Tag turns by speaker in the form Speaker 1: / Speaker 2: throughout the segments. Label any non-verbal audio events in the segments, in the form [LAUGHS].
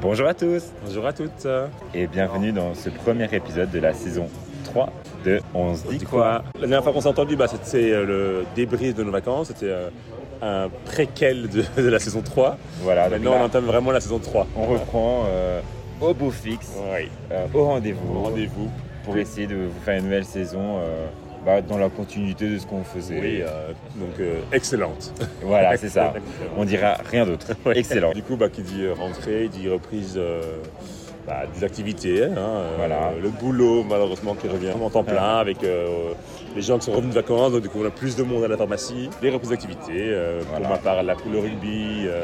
Speaker 1: Bonjour à tous
Speaker 2: Bonjour à toutes.
Speaker 1: et bienvenue dans ce premier épisode de la saison 3 de On se dit quoi
Speaker 2: La dernière fois qu'on s'est entendu, bah, c'était euh, le débrief de nos vacances. C'était euh, un préquel de, de la saison 3.
Speaker 1: Voilà, donc
Speaker 2: Maintenant, on
Speaker 1: là,
Speaker 2: entame vraiment la saison 3.
Speaker 1: on reprend euh, au beau fixe,
Speaker 2: Oui.
Speaker 1: euh, au rendez-vous,
Speaker 2: Rendez-vous.
Speaker 1: pour essayer de vous faire une nouvelle saison euh, bah, dans la continuité de ce qu'on faisait.
Speaker 2: Oui, euh, donc euh, excellente.
Speaker 1: Voilà, c'est
Speaker 2: [LAUGHS]
Speaker 1: ça.
Speaker 2: Excellente.
Speaker 1: On dira rien d'autre.
Speaker 2: [LAUGHS]
Speaker 1: Excellent.
Speaker 2: Du coup, bah, qui dit euh, rentrée, dit reprise euh, bah, des activités. hein, euh,
Speaker 1: Voilà.
Speaker 2: Le boulot, malheureusement, qui revient en temps plein avec euh, les gens qui sont revenus de vacances. Donc, du coup, on a plus de monde à la pharmacie. Les reprises d'activités. euh,
Speaker 1: Voilà.
Speaker 2: Pour ma part, la, le rugby euh,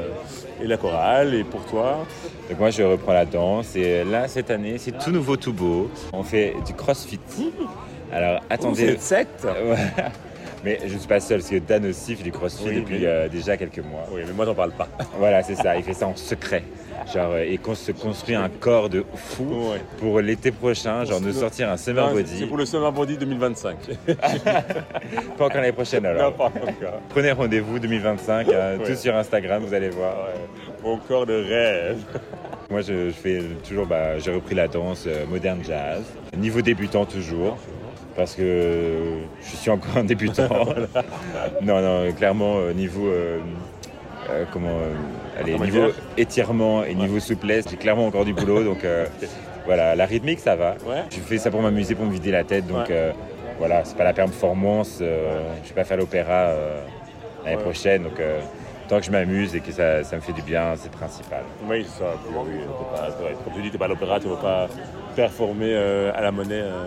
Speaker 2: et la chorale. Et pour toi
Speaker 1: Donc moi je reprends la danse et là cette année c'est tout nouveau, tout beau. On fait du crossfit. Alors attendez. [LAUGHS]
Speaker 2: secte
Speaker 1: Ouais. Mais je ne suis pas seul, parce que Dan aussi fait du crossfit
Speaker 2: Oui,
Speaker 1: depuis
Speaker 2: mais-
Speaker 1: euh, déjà quelques mois.
Speaker 2: Oui, mais moi, j'en parle pas.
Speaker 1: Voilà, c'est ça, il fait ça en secret. Genre, euh, et qu'on se construit un corps de fou
Speaker 2: [LAUGHS] Ouais.
Speaker 1: pour l'été prochain, genre de sortir un summer
Speaker 2: Non,
Speaker 1: body.
Speaker 2: C'est pour le Summer Body [LAUGHS] 2025.
Speaker 1: Pas encore l'année prochaine
Speaker 2: Non,
Speaker 1: alors.
Speaker 2: pas encore.
Speaker 1: Prenez rendez-vous 2025, hein,
Speaker 2: Ouais.
Speaker 1: tout sur Instagram, vous allez voir.
Speaker 2: Ouais. Mon corps de rêve.
Speaker 1: Moi, je, je fais toujours, bah, j'ai repris la danse euh, moderne jazz, niveau débutant toujours, parce que je suis encore un débutant.
Speaker 2: [LAUGHS]
Speaker 1: Non, non, clairement, euh, niveau, euh, euh, comment, euh, allez,
Speaker 2: Comment
Speaker 1: niveau
Speaker 2: dire
Speaker 1: étirement et niveau souplesse, j'ai clairement encore du boulot, donc
Speaker 2: [LAUGHS]
Speaker 1: euh, voilà, la rythmique, ça va.
Speaker 2: Ouais.
Speaker 1: Je fais ça pour m'amuser, pour me vider la tête, donc
Speaker 2: Ouais.
Speaker 1: euh, voilà, c'est pas la performance, euh, je vais pas faire l'opéra euh, l'année
Speaker 2: Ouais.
Speaker 1: prochaine, donc euh, tant que je m'amuse et que ça, ça me fait du bien, c'est le principal.
Speaker 2: Oui, c'est ça. Puis, oui, t'es pas, c'est vrai. Comme tu dis, t'es pas à l'opéra, tu vas pas performer euh, à la monnaie. euh.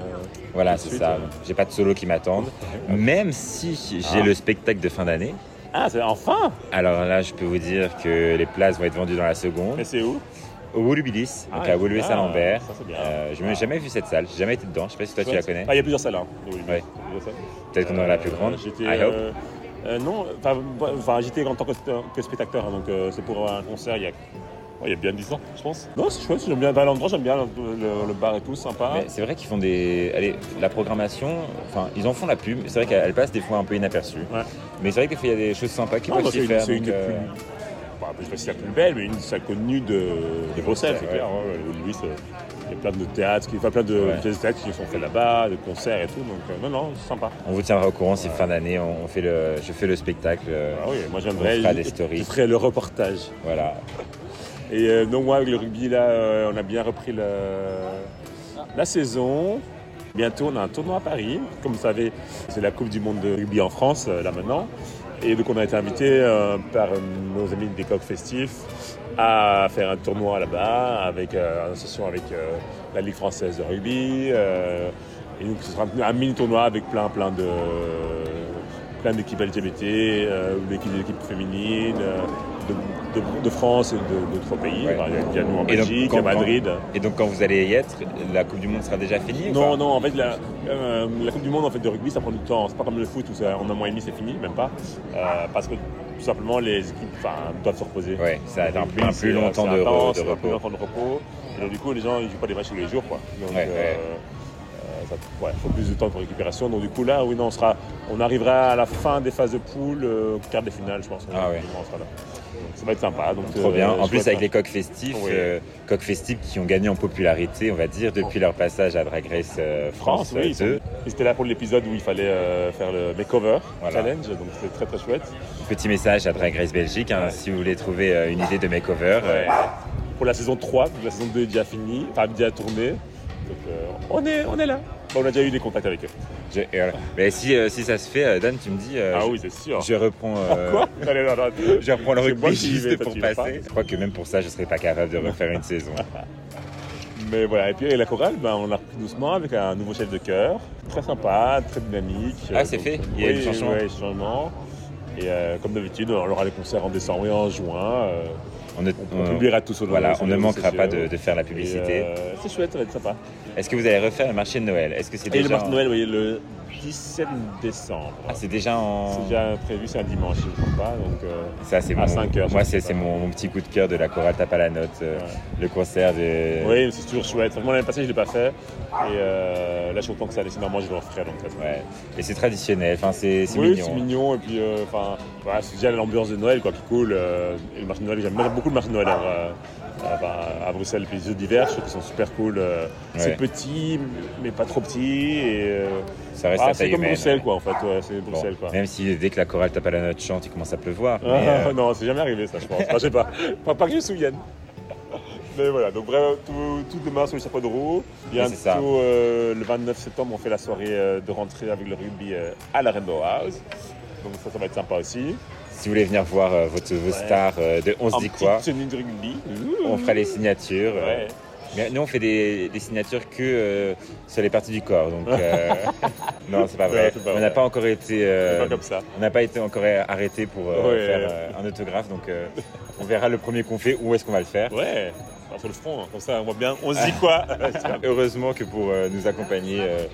Speaker 1: Voilà,
Speaker 2: Tout de
Speaker 1: c'est
Speaker 2: suite,
Speaker 1: ça.
Speaker 2: euh.
Speaker 1: J'ai pas de solo qui m'attendent. Même si j'ai
Speaker 2: Ah.
Speaker 1: le spectacle de fin d'année.
Speaker 2: Ah, c'est enfin
Speaker 1: Alors là, je peux vous dire que les places vont être vendues dans la seconde.
Speaker 2: Mais c'est où
Speaker 1: Au Wolubilis, donc
Speaker 2: Ah,
Speaker 1: à Woluwe Saint-Lambert.
Speaker 2: ça, c'est bien.
Speaker 1: Euh, je n'ai jamais vu cette salle, j'ai jamais été dedans. Je sais pas si toi tu la connais.
Speaker 2: Ah, il y a plusieurs salles. Hein. Oui,
Speaker 1: Ouais.
Speaker 2: il y a plusieurs salles.
Speaker 1: Peut-être qu'on aura la plus
Speaker 2: Euh,
Speaker 1: grande.
Speaker 2: J'étais.
Speaker 1: I hope.
Speaker 2: euh, euh, non, enfin, bon, enfin, j'étais en tant que, que spectateur, hein, donc euh, c'est pour un concert il y a, ouais, il y a bien 10 ans, je pense. Non, c'est chouette, j'aime bien bah, l'endroit, j'aime bien le, le- le bar et tout, sympa.
Speaker 1: Mais c'est vrai qu'ils font des. Allez, la programmation, enfin, ils en font la pub. C'est vrai qu'elle passe des fois un peu inaperçue.
Speaker 2: Ouais.
Speaker 1: Mais c'est vrai que des fois, il y a des choses sympas qui
Speaker 2: Non,
Speaker 1: peuvent
Speaker 2: bah,
Speaker 1: s'y
Speaker 2: c'est
Speaker 1: faire.
Speaker 2: c'est une
Speaker 1: donc,
Speaker 2: des
Speaker 1: euh,
Speaker 2: plus. Bah, je sais pas si c'est la plus belle, mais une des salles connues de, de Bruxelles, c'est
Speaker 1: ouais.
Speaker 2: clair. hein. Le Louis, euh, il y a plein de théâtres, qui- enfin plein de
Speaker 1: Ouais.
Speaker 2: pièces de théâtre qui sont faites là-bas, de concerts et tout. Donc, euh, non, non, c'est sympa.
Speaker 1: On vous tiendra au courant si fin d'année, on on fait le, je fais le spectacle. euh,
Speaker 2: Ah oui, moi
Speaker 1: On
Speaker 2: j'aimerais.
Speaker 1: fera des
Speaker 2: je-
Speaker 1: stories.
Speaker 2: Je ferai le reportage.
Speaker 1: Voilà.
Speaker 2: Et euh, donc, moi, avec le rugby, là, euh, on a bien repris le- la saison. Bientôt, on a un tournoi à Paris. Comme vous savez, c'est la Coupe du Monde de rugby en France, euh, là maintenant. Et donc, on a été invité euh, par nos amis des Coqs Festifs à faire un tournoi là-bas, avec, euh, en association avec euh, la Ligue française de rugby. euh, et donc, ce sera un- un mini tournoi avec plein, plein de plein d'équipes LGBT, euh, d'équipes d'équipes féminines, euh, de, de- de France et de- d'autres pays.
Speaker 1: Ouais.
Speaker 2: Par exemple, Il y a nous en
Speaker 1: Et donc,
Speaker 2: Belgique,
Speaker 1: quand-
Speaker 2: à Madrid.
Speaker 1: Et donc quand vous allez y être, la Coupe du Monde sera déjà finie ou
Speaker 2: Non,
Speaker 1: pas
Speaker 2: non, en fait, la, euh, la Coupe du Monde en fait, de rugby, ça prend du temps. C'est pas comme le foot où ça- en un mois et demi, c'est fini, même pas. Euh, parce que tout simplement, les équipes enfin, doivent se reposer.
Speaker 1: Ouais, ça va être un,
Speaker 2: Rugby,
Speaker 1: plus- un
Speaker 2: c'est-
Speaker 1: plus longtemps
Speaker 2: c'est
Speaker 1: de, re-
Speaker 2: intense,
Speaker 1: de
Speaker 2: c'est un plus
Speaker 1: repos.
Speaker 2: longtemps de repos. Et donc, du coup, les gens, ils jouent pas des matchs tous les jours, quoi. Donc,
Speaker 1: Ouais, ouais.
Speaker 2: euh, ça- ouais, faut plus de temps pour récupération. Donc, du coup, là, oui, non, on sera, on arrivera à la fin des phases de poule, euh, quart des finales, je pense.
Speaker 1: Ah ouais.
Speaker 2: On sera là. Donc, ça va être sympa. Donc,
Speaker 1: Trop
Speaker 2: euh,
Speaker 1: bien. En
Speaker 2: je
Speaker 1: plus
Speaker 2: vois
Speaker 1: avec
Speaker 2: ça.
Speaker 1: les coqs festifs,
Speaker 2: Oui.
Speaker 1: euh, coqs festifs qui ont gagné en popularité, on va dire, depuis leur passage à Drag Race euh, France,
Speaker 2: France, oui. Ils,
Speaker 1: 2.
Speaker 2: sont- ils étaient là pour l'épisode où il fallait euh, faire le makeover
Speaker 1: Voilà.
Speaker 2: challenge, donc c'était très très chouette.
Speaker 1: Petit message à Drag Race Belgique, hein,
Speaker 2: Ouais.
Speaker 1: si vous voulez trouver euh, une idée de makeover. euh,
Speaker 2: Pour la saison 3, donc la saison 2 est déjà finie, enfin déjà tournée. Donc euh, on, est, on est là. Bah, on a déjà eu des contacts avec eux.
Speaker 1: je- et voilà. Mais si, euh, si ça se fait, euh, Dan, tu me dis, euh,
Speaker 2: ah
Speaker 1: je,
Speaker 2: oui, c'est sûr.
Speaker 1: je reprends... euh,
Speaker 2: Ah, Quoi Allez, non, non.
Speaker 1: Je reprends le
Speaker 2: C'est moi
Speaker 1: rugby
Speaker 2: qui y
Speaker 1: juste
Speaker 2: vais, toi,
Speaker 1: pour
Speaker 2: tu y vas pas.
Speaker 1: passer. Je crois que même pour ça, je serais pas capable de refaire une saison.
Speaker 2: Mais voilà, et puis et la chorale, ben, on l'a repris doucement avec un nouveau chef de chœur. Très sympa, très dynamique.
Speaker 1: Ah,
Speaker 2: Euh,
Speaker 1: c'est
Speaker 2: donc,
Speaker 1: fait Il y a
Speaker 2: oui,
Speaker 1: eu du changement
Speaker 2: ouais, changement. Et euh, comme d'habitude, on aura les concerts en décembre et en juin. euh,
Speaker 1: On, ne-
Speaker 2: on,
Speaker 1: on-
Speaker 2: publiera tout sur nos-
Speaker 1: voilà,
Speaker 2: sur
Speaker 1: on ne
Speaker 2: nos
Speaker 1: manquera
Speaker 2: réseaux
Speaker 1: pas
Speaker 2: sociaux.
Speaker 1: de, de faire la
Speaker 2: Et,
Speaker 1: publicité.
Speaker 2: euh, c'est chouette, ça va être sympa.
Speaker 1: Est-ce que vous allez refaire le marché de Noël Est-ce que c'est
Speaker 2: Et
Speaker 1: déjà
Speaker 2: le marché
Speaker 1: en-
Speaker 2: de Noël, vous voyez, le 17 décembre.
Speaker 1: Ah, c'est déjà en.
Speaker 2: c'est déjà prévu, c'est un dimanche, je ne me trompe pas. Donc, euh,
Speaker 1: Ça, c'est
Speaker 2: à
Speaker 1: mon...
Speaker 2: 5 heures, je
Speaker 1: Moi,
Speaker 2: sais
Speaker 1: c'est
Speaker 2: pas.
Speaker 1: c'est mon, mon petit coup de cœur de la chorale tape à la note, euh,
Speaker 2: Ouais.
Speaker 1: le concert de.
Speaker 2: Oui, mais c'est toujours chouette. Moi, l'année passée, je ne l'ai pas fait. Et euh, là, je suis content que ça allait. Normalement, je le referai. Donc, ça sera-
Speaker 1: Ouais. Et c'est traditionnel. Enfin, c'est c'est
Speaker 2: oui,
Speaker 1: mignon.
Speaker 2: c'est mignon. Et puis, euh, enfin, voilà, c'est déjà l'ambiance de Noël quoi, qui coule. euh, et le marché de Noël, j'aime moi, j'aime beaucoup le marché de Noël. alors, euh, à, bah, à Bruxelles, les jeux d'hiver, je trouve qu'ils sont super cool. euh, C'est
Speaker 1: Ouais.
Speaker 2: petit, mais pas trop petit. Et, euh,
Speaker 1: Ça reste
Speaker 2: ah,
Speaker 1: à
Speaker 2: c'est
Speaker 1: taille
Speaker 2: comme
Speaker 1: humaine.
Speaker 2: Bruxelles, quoi, en fait. ouais, c'est
Speaker 1: Bon,
Speaker 2: Bruxelles, quoi.
Speaker 1: Même si dès que la chorale tape à la note chante, il commence à pleuvoir. mais,
Speaker 2: Ah,
Speaker 1: euh,
Speaker 2: Non, c'est jamais arrivé, ça, je pense. Enfin, je sais pas. Pas pas que je me souvienne. Mais voilà, donc bref, tout, tout demain sur le chapeau de roue.
Speaker 1: Ouais, c'est ça.
Speaker 2: Bientôt, euh, le 29 septembre, on fait la soirée euh, de rentrée avec le rugby euh, à la Rainbow House. Donc ça, ça va être sympa aussi.
Speaker 1: si vous voulez venir voir euh, votre, vos stars euh, de On se
Speaker 2: En
Speaker 1: dit
Speaker 2: petite
Speaker 1: quoi,
Speaker 2: tenue de rugby.
Speaker 1: on fera les signatures. euh,
Speaker 2: Ouais.
Speaker 1: Mais nous, on fait des, des signatures que euh, sur les parties du corps. Donc,
Speaker 2: [LAUGHS]
Speaker 1: euh, [LAUGHS] non, c'est pas
Speaker 2: Non,
Speaker 1: vrai.
Speaker 2: c'est pas
Speaker 1: on
Speaker 2: vrai.
Speaker 1: n'a pas encore été.
Speaker 2: C'est
Speaker 1: euh,
Speaker 2: pas comme ça.
Speaker 1: on n'a pas été encore arrêté pour euh,
Speaker 2: Ouais.
Speaker 1: faire euh, un autographe. Donc, euh, on verra le premier qu'on fait où est-ce qu'on va le faire.
Speaker 2: Ouais, on va sur le front, hein, comme ça, on voit bien. On se dit quoi
Speaker 1: [LAUGHS] Heureusement que pour euh, nous accompagner euh,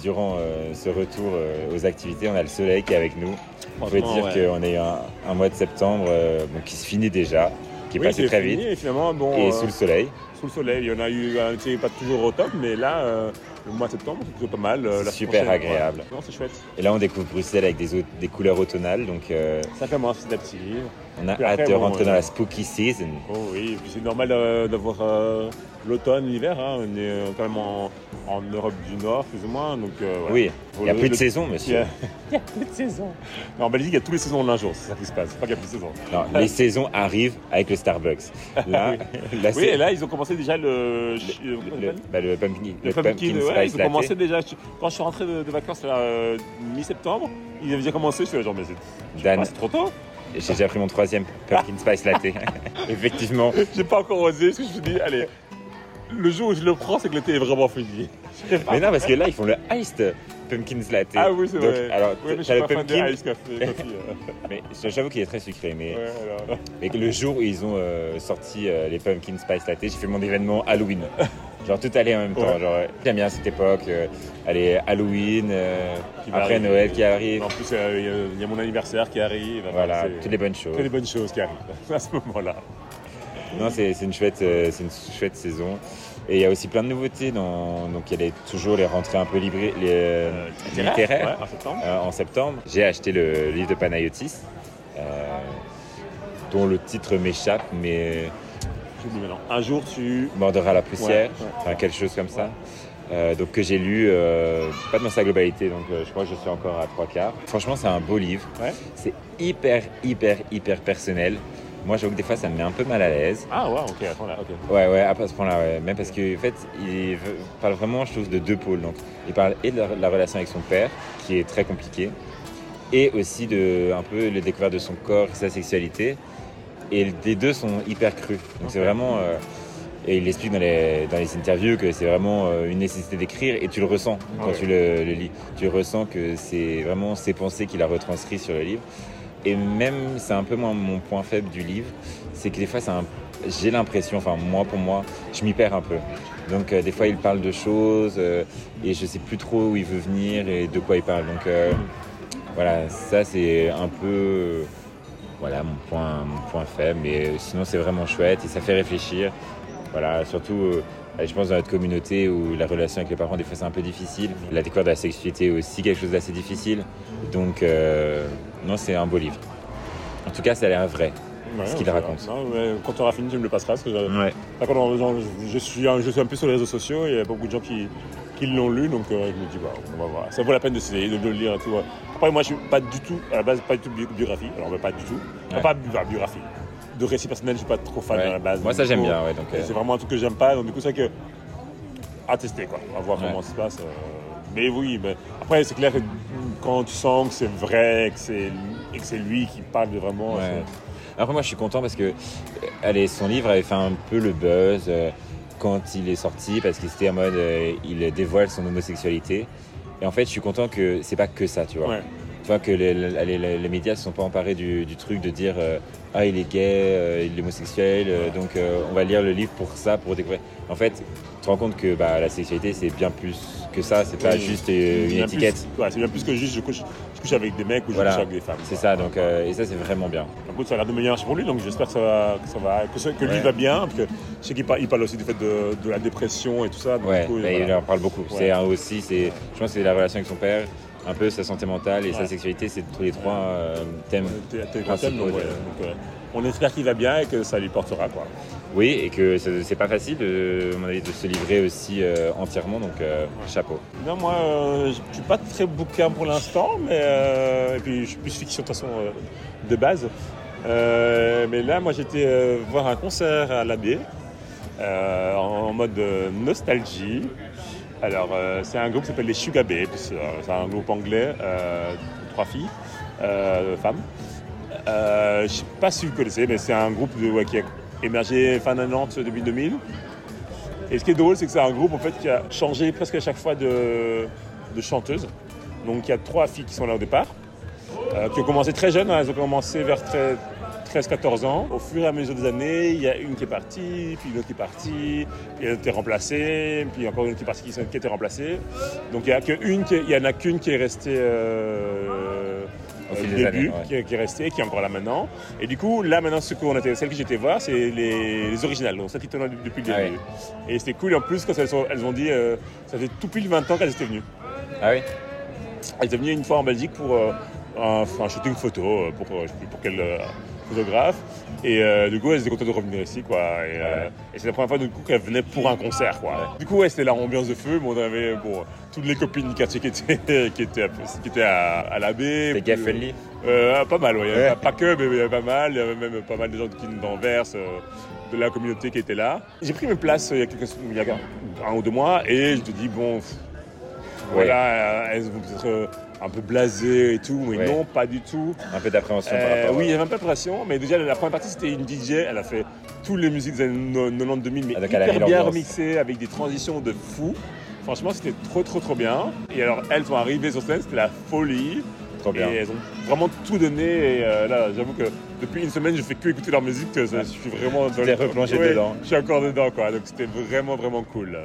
Speaker 1: durant euh, ce retour euh, aux activités, on a le soleil qui est avec nous. [LAUGHS] On peut
Speaker 2: Franchement,
Speaker 1: dire
Speaker 2: ouais.
Speaker 1: qu'on a eu un, un mois de septembre euh, bon, qui se finit déjà, qui est
Speaker 2: Oui,
Speaker 1: passé
Speaker 2: c'est
Speaker 1: très
Speaker 2: fini,
Speaker 1: vite
Speaker 2: Et finalement, bon,
Speaker 1: et
Speaker 2: euh,
Speaker 1: sous le soleil.
Speaker 2: sous le soleil, il y en a eu un été pas toujours au top, mais là, euh, le mois de septembre, c'est plutôt pas mal. euh,
Speaker 1: C'est
Speaker 2: la
Speaker 1: super
Speaker 2: prochaine,
Speaker 1: agréable.
Speaker 2: ouais. Non, c'est chouette.
Speaker 1: Et là, on découvre Bruxelles avec des, au- des couleurs automnales. Donc, euh,
Speaker 2: Ça commence petit à petit.
Speaker 1: on a
Speaker 2: Puis
Speaker 1: hâte
Speaker 2: après,
Speaker 1: de
Speaker 2: bon,
Speaker 1: rentrer
Speaker 2: euh,
Speaker 1: dans la spooky season.
Speaker 2: Oh oui, et puis c'est normal euh, d'avoir euh, l'automne, l'hiver. hein. On est euh, quand même en, en Europe du Nord, plus ou moins. Donc, euh, voilà.
Speaker 1: Oui, il n'y a
Speaker 2: Le-
Speaker 1: plus de
Speaker 2: le-
Speaker 1: saison,
Speaker 2: Il y
Speaker 1: monsieur.
Speaker 2: a il y a plus de saison. Non, en Belgique, il y a tous les saisons d'un jour, c'est ça qui se passe. C'est pas qu'il y a plus de saison.
Speaker 1: Non,
Speaker 2: [LAUGHS]
Speaker 1: les saisons arrivent avec le Starbucks. Là, la
Speaker 2: Oui,
Speaker 1: sa-
Speaker 2: et là, ils ont commencé déjà le. euh, comment on
Speaker 1: le,
Speaker 2: appelle
Speaker 1: bah, le pumpkin,
Speaker 2: Le
Speaker 1: le
Speaker 2: pumpkin,
Speaker 1: pumpkin
Speaker 2: ouais,
Speaker 1: spice
Speaker 2: ils ont
Speaker 1: latte.
Speaker 2: commencé déjà. je- Quand je suis rentré de, de vacances là, euh, mi-septembre, ils avaient déjà commencé. Je suis là, genre, mais c'est
Speaker 1: Dan,
Speaker 2: ah, c'est trop tôt. [LAUGHS]
Speaker 1: j'ai déjà pris mon troisième
Speaker 2: Ah.
Speaker 1: pumpkin spice latte. [LAUGHS] Effectivement,
Speaker 2: J'ai pas encore osé parce que je me suis dit, allez, le jour où je le prends, c'est que l'été est vraiment fini.
Speaker 1: Mais non, parce que là, ils font le iced pumpkin latte.
Speaker 2: Ah oui, c'est
Speaker 1: Donc,
Speaker 2: vrai.
Speaker 1: Alors,
Speaker 2: oui, mais je
Speaker 1: t'as
Speaker 2: suis
Speaker 1: le
Speaker 2: pas fan
Speaker 1: pumpkin,
Speaker 2: de Ice
Speaker 1: [LAUGHS]
Speaker 2: Coffee. coffee, euh.
Speaker 1: mais j'avoue qu'il est très sucré. Mais,
Speaker 2: Ouais, alors.
Speaker 1: mais le jour où ils ont euh, sorti euh, les pumpkin spice latte, j'ai fait mon événement
Speaker 2: [LAUGHS]
Speaker 1: Halloween. Genre, tout allait en même temps.
Speaker 2: Ouais.
Speaker 1: Genre, euh, j'aime bien cette époque. euh, allez, Halloween, euh,
Speaker 2: Qui va
Speaker 1: après
Speaker 2: arriver.
Speaker 1: Noël qui arrive.
Speaker 2: En plus, euh, il y a- il y, a mon anniversaire qui arrive.
Speaker 1: Voilà,
Speaker 2: C'est-
Speaker 1: toutes les bonnes choses.
Speaker 2: que des bonnes choses qui arrivent [LAUGHS] à ce moment-là.
Speaker 1: Non, c'est c'est une, chouette, euh, c'est une chouette saison. Et il y a aussi plein de nouveautés. Dans, donc, il y a les- toujours les rentrées un peu libérées. Les, euh, littéraires.
Speaker 2: Ouais, en septembre.
Speaker 1: Euh, en septembre, j'ai acheté le livre de Panayotis, euh, dont le titre m'échappe, mais
Speaker 2: Je vous dis maintenant, un jour, tu.
Speaker 1: Mordera la poussière,
Speaker 2: Ouais, ouais.
Speaker 1: enfin quelque chose comme ça. Euh, donc que j'ai lu, euh, pas dans sa globalité, donc euh, je crois que je suis encore à trois quarts. Franchement, c'est un beau livre.
Speaker 2: Ouais.
Speaker 1: C'est hyper, hyper, hyper personnel. Moi, j'avoue que des fois, ça me met un peu mal à l'aise.
Speaker 2: Ah, ouais, ok, attends là, ok.
Speaker 1: Ouais, ouais, à ce point-là, ouais. Même parce qu'en fait, il v- parle vraiment, je trouve, de deux pôles. Donc, il parle et de la, la relation avec son père, qui est très compliquée, et aussi de un peu les découvertes de son corps, sa sexualité. Et les deux sont hyper crus. Donc, c'est
Speaker 2: Ok.
Speaker 1: vraiment. euh, et il explique dans les, dans les interviews que c'est vraiment euh, une nécessité d'écrire et tu le ressens quand
Speaker 2: Ouais.
Speaker 1: tu le, le lis. Tu ressens que c'est vraiment ses pensées qu'il a retranscrites sur le livre. Et même, c'est un peu moins mon point faible du livre, c'est que des fois, c'est un- j'ai l'impression, enfin moi pour moi, je m'y perds un peu. Donc euh, des fois, il parle de choses euh, et je sais plus trop où il veut venir et de quoi il parle. Donc euh, voilà, ça c'est un peu euh, voilà mon point, mon point faible. Mais euh, sinon, c'est vraiment chouette et ça fait réfléchir. Voilà, surtout. euh, je pense dans notre communauté où la relation avec les parents des fois c'est un peu difficile. La découverte de la sexualité est aussi quelque chose d'assez difficile. Donc euh, non c'est un beau livre. En tout cas ça a l'air vrai.
Speaker 2: Ouais,
Speaker 1: Ce qu'il
Speaker 2: on verra.
Speaker 1: raconte.
Speaker 2: Non, mais quand tu auras fini, tu me le passeras. Parce que je-
Speaker 1: Ouais.
Speaker 2: D'accord, non, genre, je, je suis, un- je suis un peu sur les réseaux sociaux et il y a beaucoup de gens qui, qui l'ont lu, donc euh, je me dis, bah, on va voir. Ça vaut la peine d'essayer, de le lire et tout. ouais. Après, moi, je suis pas du tout, à la base, pas du tout bi- biographie. Alors, bah, pas du tout. Enfin,
Speaker 1: Ouais.
Speaker 2: Pas bi- bah, biographie. De récit personnel, je suis pas trop fan
Speaker 1: Ouais.
Speaker 2: à la base.
Speaker 1: Moi ça
Speaker 2: Du
Speaker 1: j'aime
Speaker 2: coup,
Speaker 1: bien ouais donc. euh,
Speaker 2: C'est vraiment un truc que j'aime pas, donc du coup, c'est vrai que. À tester, quoi. À voir
Speaker 1: Ouais.
Speaker 2: comment ça se passe. euh, Mais oui, mais après, c'est clair que quand tu sens que c'est vrai, que c'est et que c'est lui qui parle de vraiment.
Speaker 1: Ouais.
Speaker 2: c'est-
Speaker 1: Après, moi, je suis content parce que euh, allez, son livre avait fait un peu le buzz euh, quand il est sorti parce qu'il était en mode euh, il dévoile son homosexualité. Et en fait, je suis content que c'est pas que ça, tu vois.
Speaker 2: Ouais.
Speaker 1: Tu vois que les, les- les- les médias se sont pas emparés du, du truc de dire euh, ah il est gay, euh, il est homosexuel, euh, donc euh, on va lire le livre pour ça, pour découvrir. En fait, tu te rends compte que bah, la sexualité c'est bien plus que ça, c'est pas
Speaker 2: Oui.
Speaker 1: juste euh,
Speaker 2: C'est
Speaker 1: une
Speaker 2: bien
Speaker 1: étiquette.
Speaker 2: plus- ouais, c'est bien plus que juste je couche, je couche avec des mecs ou je
Speaker 1: Voilà.
Speaker 2: couche avec des femmes.
Speaker 1: C'est ça, donc euh, et ça c'est vraiment bien.
Speaker 2: En gros, ça a l'air de meilleur marcher pour lui, donc j'espère que ça va, que, ça va- que ça- que lui
Speaker 1: Ouais.
Speaker 2: va bien. Parce que je sais qu'il par- il parle aussi du fait de, de la dépression et tout ça. donc
Speaker 1: Ouais,
Speaker 2: du coup,
Speaker 1: bah,
Speaker 2: voilà.
Speaker 1: il en parle beaucoup. C'est un aussi, c'est,
Speaker 2: Ouais.
Speaker 1: je pense que c'est la relation avec son père, un peu sa santé mentale et
Speaker 2: Ouais.
Speaker 1: sa sexualité, c'est tous les trois euh, thèmes.
Speaker 2: T'es- t'es
Speaker 1: Principaux
Speaker 2: content, donc,
Speaker 1: de-
Speaker 2: ouais, donc, euh, on espère qu'il va bien et que ça lui portera. Quoi.
Speaker 1: Oui, et que c'est c'est pas facile, euh, à mon avis, de se livrer aussi euh, entièrement, donc euh, chapeau.
Speaker 2: Non, moi, euh, je suis pas très bouquin pour l'instant, mais euh, et puis je suis plus fiction de toute façon euh, de base. Euh, mais là, moi, j'étais euh, voir un concert à l'abbé euh, en mode euh, nostalgie. Alors, euh, c'est un groupe qui s'appelle les Sugar Babies. Euh, C'est un groupe anglais, euh, trois filles, euh, femmes. Euh, je sais pas si vous connaissez, mais c'est un groupe de, ouais, qui a émergé fin 90, début 2000. Et ce qui est drôle, c'est que c'est un groupe en fait, qui a changé presque à chaque fois de, de chanteuse. Donc il y a trois filles qui sont là au départ, euh, qui ont commencé très jeunes, hein, elles ont commencé vers 13-14 ans. Au fur et à mesure des années, il y a une qui est partie, puis une autre qui est partie, puis une autre qui est remplacée, puis encore une qui est partie qui, s'est- qui était remplacée. Donc il n'y a qu'une qui est- il y en a qu'une qui est restée euh,
Speaker 1: Au
Speaker 2: euh,
Speaker 1: fil
Speaker 2: du
Speaker 1: des
Speaker 2: début,
Speaker 1: années, ouais.
Speaker 2: qui, est- qui est restée, qui est encore là maintenant. Et du coup, là maintenant, ce qu'on était, celle que j'étais voir, c'est les, les originales, donc celles qui tournent là depuis le
Speaker 1: Ah
Speaker 2: début. Et c'était cool, en plus, quand elles, sont- elles ont dit, euh, ça fait tout pile 20 ans qu'elles étaient venues.
Speaker 1: Ah oui
Speaker 2: Elle était venue une fois en Belgique pour euh, un, un shooting photo euh, pour, euh, je sais plus pour quel euh, photographe. Et euh, du coup, elle était contente de revenir ici, quoi. Et, euh, et c'est la première fois du coup qu'elle venait pour un concert, quoi. Du coup, ouais, c'était la ambiance de feu. Bon, on avait bon, toutes les copines du quartier qui étaient, [LAUGHS] qui étaient, à- qui étaient à, à l'abbé.
Speaker 1: C'est
Speaker 2: Puis,
Speaker 1: gay friendly
Speaker 2: euh, pas mal, ouais. Il y avait
Speaker 1: Ouais.
Speaker 2: pas, pas que, mais il y avait pas mal. Il y avait même pas mal de gens qui d'Anvers, euh, de la communauté qui étaient là. J'ai pris mes places euh, il y a, quelques, il y a un, un ou deux mois et je te dis, bon, pff, voilà, euh, elles vont peut-être euh, un peu blasées et tout, mais
Speaker 1: Ouais.
Speaker 2: non, pas du tout.
Speaker 1: Un peu d'appréhension par
Speaker 2: Euh,
Speaker 1: rapport.
Speaker 2: oui, il y avait un peu de pression, mais déjà la première partie c'était une DJ, elle a fait toutes les musiques des années no- 90 2000, mais
Speaker 1: Ah, donc elle a mis
Speaker 2: hyper bien
Speaker 1: l'ambiance.
Speaker 2: remixées avec des transitions de fou. Franchement, c'était trop trop trop bien. Et alors elles sont arrivées sur scène, c'était la folie.
Speaker 1: Trop bien.
Speaker 2: Et euh, elles ont vraiment tout donné. Et euh, là, j'avoue que depuis une semaine, je fais que écouter leur musique. que ça- je suis vraiment. dans
Speaker 1: t'es
Speaker 2: le-
Speaker 1: replongé
Speaker 2: Ouais,
Speaker 1: dedans.
Speaker 2: Je suis encore dedans, quoi. Donc c'était vraiment, vraiment cool.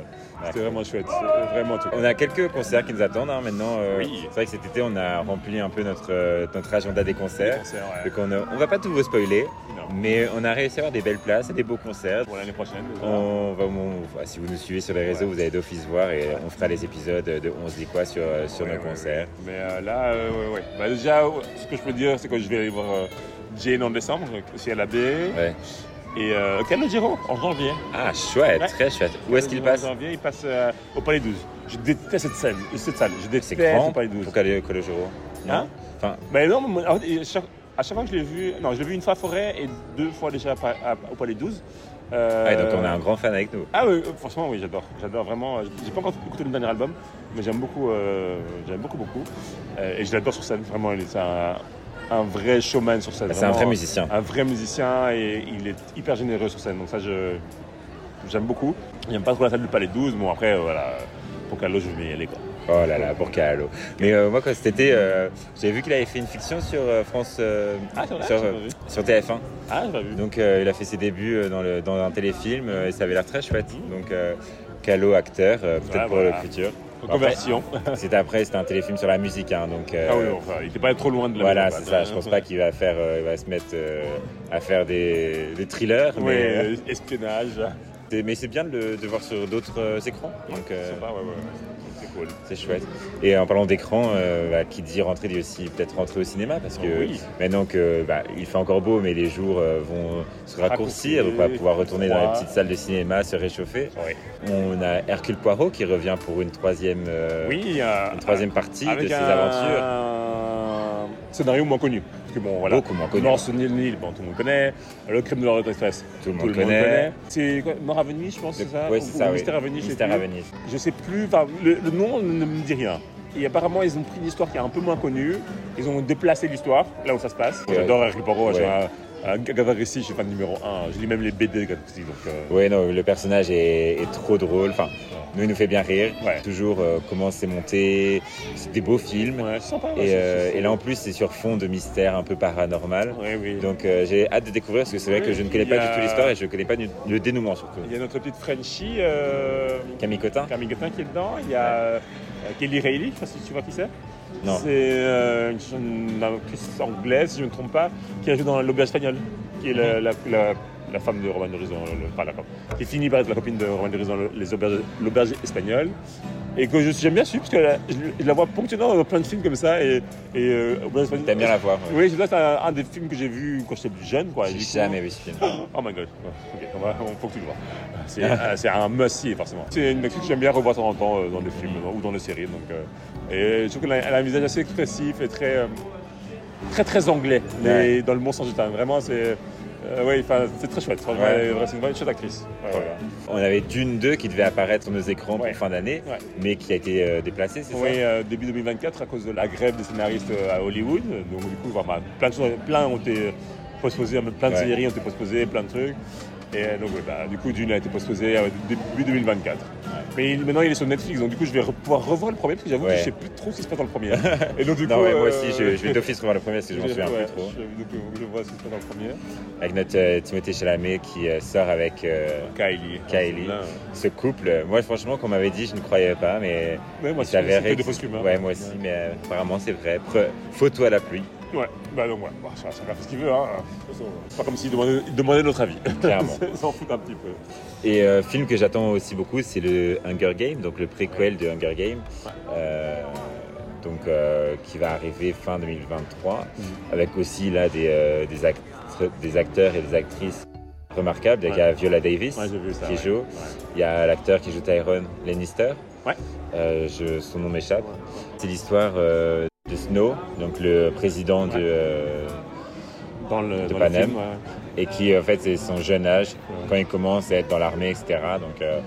Speaker 2: C'était vraiment chouette. C'est Vraiment tout.
Speaker 1: On a quelques concerts qui nous attendent hein, maintenant. euh,
Speaker 2: Oui.
Speaker 1: C'est vrai que cet été, on a rempli un peu notre, euh, notre agenda des
Speaker 2: Des
Speaker 1: concerts.
Speaker 2: concerts, ouais.
Speaker 1: Donc on, euh, on va pas tout vous spoiler,
Speaker 2: Non.
Speaker 1: mais on a réussi à avoir des belles places et des beaux concerts.
Speaker 2: Pour l'année prochaine. déjà.
Speaker 1: On va, on- enfin, si vous nous suivez sur les réseaux,
Speaker 2: Ouais.
Speaker 1: vous allez d'office voir et on fera les épisodes de 11 dit quoi sur, euh, sur
Speaker 2: Ouais,
Speaker 1: nos
Speaker 2: ouais,
Speaker 1: concerts.
Speaker 2: ouais. Mais euh, là, euh, ouais, ouais. Bah, déjà, euh, ce que je peux dire, c'est que je vais aller voir euh, Jane en décembre, donc, aussi à la baie.
Speaker 1: Ouais.
Speaker 2: Et euh, Calogero en janvier.
Speaker 1: Ah, chouette,
Speaker 2: Ouais.
Speaker 1: très chouette. Où est-ce qu'il
Speaker 2: Calogero
Speaker 1: passe
Speaker 2: En janvier, il passe euh, au Palais 12. Je déteste cette salle. Cette salle. Je
Speaker 1: C'est
Speaker 2: déteste
Speaker 1: grand
Speaker 2: le Palais 12.
Speaker 1: pour aller au Joro.
Speaker 2: Hein
Speaker 1: Enfin,
Speaker 2: Mais non, mais en fait, à chaque, à chaque fois que je l'ai vu, non, je l'ai vu une fois à Forêt et deux fois déjà à Pa- à- au Palais 12. Euh,
Speaker 1: ouais, Ah, donc on a un grand fan avec nous.
Speaker 2: Ah oui, euh, franchement, oui, j'adore. J'adore vraiment. euh, J'ai pas encore écouté le dernier album, mais j'aime beaucoup, euh, j'aime beaucoup, beaucoup. Euh, et je l'adore sur scène, vraiment. il est- C'est un, un vrai showman sur scène.
Speaker 1: Ah, C'est un vrai
Speaker 2: vraiment
Speaker 1: musicien.
Speaker 2: un vrai musicien et il est hyper généreux sur scène. Donc ça, je j'aime beaucoup. J'aime pas trop la salle du Palais 12. Bon, après, euh, voilà, pour Carlo, je vais y aller. Quoi.
Speaker 1: Oh là là, pour Kahlo. Mais euh, moi, quand cet été, euh, j'ai vu qu'il avait fait une fiction sur euh, France, euh,
Speaker 2: Ah, c'est vrai,
Speaker 1: sur,
Speaker 2: j'ai
Speaker 1: euh,
Speaker 2: pas vu.
Speaker 1: sur TF1.
Speaker 2: Ah, j'ai pas vu.
Speaker 1: Donc, euh, il a fait ses débuts euh, dans, le, dans un téléfilm euh, et ça avait l'air très chouette. Donc, euh, Kahlo, acteur, euh, peut-être
Speaker 2: Mmh. Ouais,
Speaker 1: pour
Speaker 2: voilà.
Speaker 1: le
Speaker 2: [LAUGHS]
Speaker 1: futur.
Speaker 2: Reconversion.
Speaker 1: C'était après, c'était un téléfilm sur la musique, hein, donc. euh,
Speaker 2: Ah oui, enfin, il était pas trop loin de la hein.
Speaker 1: Voilà,
Speaker 2: maison,
Speaker 1: c'est
Speaker 2: quoi.
Speaker 1: ça. Je pense pas qu'il va faire, euh, il va se mettre euh, à faire des, des thrillers,
Speaker 2: Ouais,
Speaker 1: mais,
Speaker 2: euh, espionnage.
Speaker 1: c'est- mais c'est bien de le de voir sur d'autres euh, écrans. Donc euh,
Speaker 2: C'est pas, ouais, ouais, ouais. C'est cool.
Speaker 1: c'est chouette. Et en parlant d'écran, euh, bah, qui dit rentrer dit aussi peut-être rentrer au cinéma parce que
Speaker 2: Oui.
Speaker 1: maintenant que bah, il fait encore beau, mais les jours euh, vont se raccourcir,
Speaker 2: Raccourcir,
Speaker 1: donc on va pouvoir retourner dans les
Speaker 2: froid.
Speaker 1: petites salles de cinéma, se réchauffer.
Speaker 2: Ouais.
Speaker 1: On a Hercule Poirot qui revient pour une troisième, euh,
Speaker 2: Oui, euh,
Speaker 1: une troisième partie
Speaker 2: avec
Speaker 1: de ses
Speaker 2: un
Speaker 1: aventures.
Speaker 2: Scénario moins connu. Parce que bon, voilà.
Speaker 1: Beaucoup moins connu.
Speaker 2: North Nil Nil, bon, tout le monde connaît. Le crime de l'Orient Express,
Speaker 1: Tout le
Speaker 2: tout
Speaker 1: monde
Speaker 2: le monde
Speaker 1: connaît.
Speaker 2: connaît. C'est quoi, Mort à Venise, je pense, c'est ça
Speaker 1: Ouais,
Speaker 2: Ou-
Speaker 1: c'est
Speaker 2: ou
Speaker 1: ça, oui.
Speaker 2: Mystère à Venise, je sais
Speaker 1: Mystère
Speaker 2: plus.
Speaker 1: à Venise.
Speaker 2: Je sais plus, enfin, le, le nom ne me dit rien. Et apparemment, ils ont pris une histoire qui est un peu moins connue. Ils ont déplacé l'histoire, là où ça se passe.
Speaker 1: Ouais.
Speaker 2: J'adore Harry Potter,
Speaker 1: Ouais.
Speaker 2: j'ai un, un Agatha Christie, je suis fan numéro 1. Je lis même les BD de Agatha Christie, donc... euh,
Speaker 1: Ouais, non, le personnage est, est trop drôle. Enfin, nous, il nous fait bien rire.
Speaker 2: Ouais.
Speaker 1: Toujours euh, comment c'est monté. C'est des beaux films.
Speaker 2: Ouais, c'est sympa. ouais,
Speaker 1: Et,
Speaker 2: c'est-
Speaker 1: euh,
Speaker 2: c'est-
Speaker 1: et là, en plus, c'est sur fond de mystère un peu paranormal.
Speaker 2: Ouais, oui.
Speaker 1: Donc, euh, j'ai hâte de découvrir parce que c'est vrai que je ne connais pas
Speaker 2: Il y a-
Speaker 1: du tout l'histoire et je ne connais pas du- le dénouement surtout.
Speaker 2: Il y a notre petite Frenchie, euh,
Speaker 1: Camille Cotin
Speaker 2: Camille Gottin qui est dedans. Il y a euh, Kelly Reilly, je sais pas si tu vois qui c'est.
Speaker 1: Non.
Speaker 2: C'est euh, une jeune actrice anglaise, si je ne me trompe pas, qui a joué dans L'Auberge espagnole, qui est la,
Speaker 1: Mhm.
Speaker 2: la- la- la femme de Roman Horizon, le- pas la femme, qui finit par être la copine de Roman Horizon, Les Auberges- L'Auberge espagnole. Et que je- j'aime bien suivre parce que la- je, je la vois ponctuellement dans plein de films comme ça. Et, et euh,
Speaker 1: T'aimes bien la voir ouais.
Speaker 2: Oui, là, c'est un, un des films que j'ai vu quand j'étais plus jeune. Quoi, Et
Speaker 1: J'ai
Speaker 2: du coup-
Speaker 1: jamais vu ce film.
Speaker 2: Oh my god. Ok, on va, on, faut que tu le vois. C'est euh, c'est un must forcément. C'est une actrice que j'aime bien revoir de temps en temps euh, dans des films euh, ou dans des séries. Donc, euh, et je trouve qu'elle a, elle a un visage assez expressif et très, euh, très, très anglais, mais dans le bon sens du terme. Vraiment, c'est euh, ouais, enfin, c'est très chouette. Franchement,
Speaker 1: Ouais.
Speaker 2: elle est- C'est une bonne chouette actrice. Ouais, voilà.
Speaker 1: On avait Dune 2 qui devait apparaître sur nos écrans
Speaker 2: Ouais.
Speaker 1: pour fin d'année,
Speaker 2: Ouais.
Speaker 1: mais qui a été euh, déplacé, c'est
Speaker 2: Oui, euh, début 2024, à cause de la grève des scénaristes euh, à Hollywood. Donc, du coup, vraiment, plein de choses, plein ont été postposées, plein de
Speaker 1: Ouais.
Speaker 2: séries ont été postposées, plein de trucs. Et euh, donc, ouais, bah, du coup, Dune a été postposée euh, début 2024. Mais il- maintenant, il est sur Netflix, donc du coup, je vais re- pouvoir revoir le premier, parce que j'avoue que
Speaker 1: Ouais.
Speaker 2: je sais plus trop ce qui se passe dans
Speaker 1: [LAUGHS]
Speaker 2: le premier. Et donc,
Speaker 1: ça
Speaker 2: du
Speaker 1: Non,
Speaker 2: coup,
Speaker 1: ouais, moi
Speaker 2: euh,
Speaker 1: aussi, je,
Speaker 2: [LAUGHS]
Speaker 1: je vais d'office revoir le premier parce que je m'en
Speaker 2: j'ai-
Speaker 1: souviens
Speaker 2: ouais,
Speaker 1: plus trop.
Speaker 2: Je, donc, euh, je vois ce qui se passe dans le premier.
Speaker 1: Avec notre euh, Timothée Chalamet qui euh, sort avec euh,
Speaker 2: Kylie.
Speaker 1: Kylie.
Speaker 2: Ah, Là,
Speaker 1: ce couple. Moi, franchement, qu'on m'avait dit, je ne croyais pas, mais
Speaker 2: Ouais, moi,
Speaker 1: il
Speaker 2: c'est c'est que
Speaker 1: s'avérait
Speaker 2: Ah, des
Speaker 1: que-
Speaker 2: fausses hein. humains.
Speaker 1: Ouais, moi aussi, mais euh, apparemment, c'est vrai. Pre- Photo à la pluie,
Speaker 2: Ouais, bah donc voilà, Bah, ça- ça fait ce qu'il veut. Hein. De toute façon, C'est pas comme s'il demandait, il demandait notre avis. [LAUGHS]
Speaker 1: clairement.
Speaker 2: Ils s'en foutent un petit peu.
Speaker 1: Et euh, film que j'attends aussi beaucoup, c'est le Hunger Game, donc le préquel de Hunger Game,
Speaker 2: Ouais.
Speaker 1: Euh, donc euh, qui va arriver fin 2023,
Speaker 2: Mhm.
Speaker 1: avec aussi là des, euh, des, act- des acteurs et des actrices remarquables. Il y a Viola Davis
Speaker 2: Ouais, j'ai vu ça.
Speaker 1: qui
Speaker 2: ouais.
Speaker 1: joue, il y a l'acteur qui joue Tyrone Lannister.
Speaker 2: Ouais.
Speaker 1: Euh, je- son nom m'échappe.
Speaker 2: Ouais.
Speaker 1: C'est l'histoire euh, de Snow, donc le président
Speaker 2: Ouais.
Speaker 1: de euh,
Speaker 2: Dans
Speaker 1: De
Speaker 2: le, dans
Speaker 1: Panem.
Speaker 2: le film, ouais.
Speaker 1: et qui en fait c'est son jeune âge
Speaker 2: Ouais.
Speaker 1: quand il commence à être dans l'armée etc donc euh,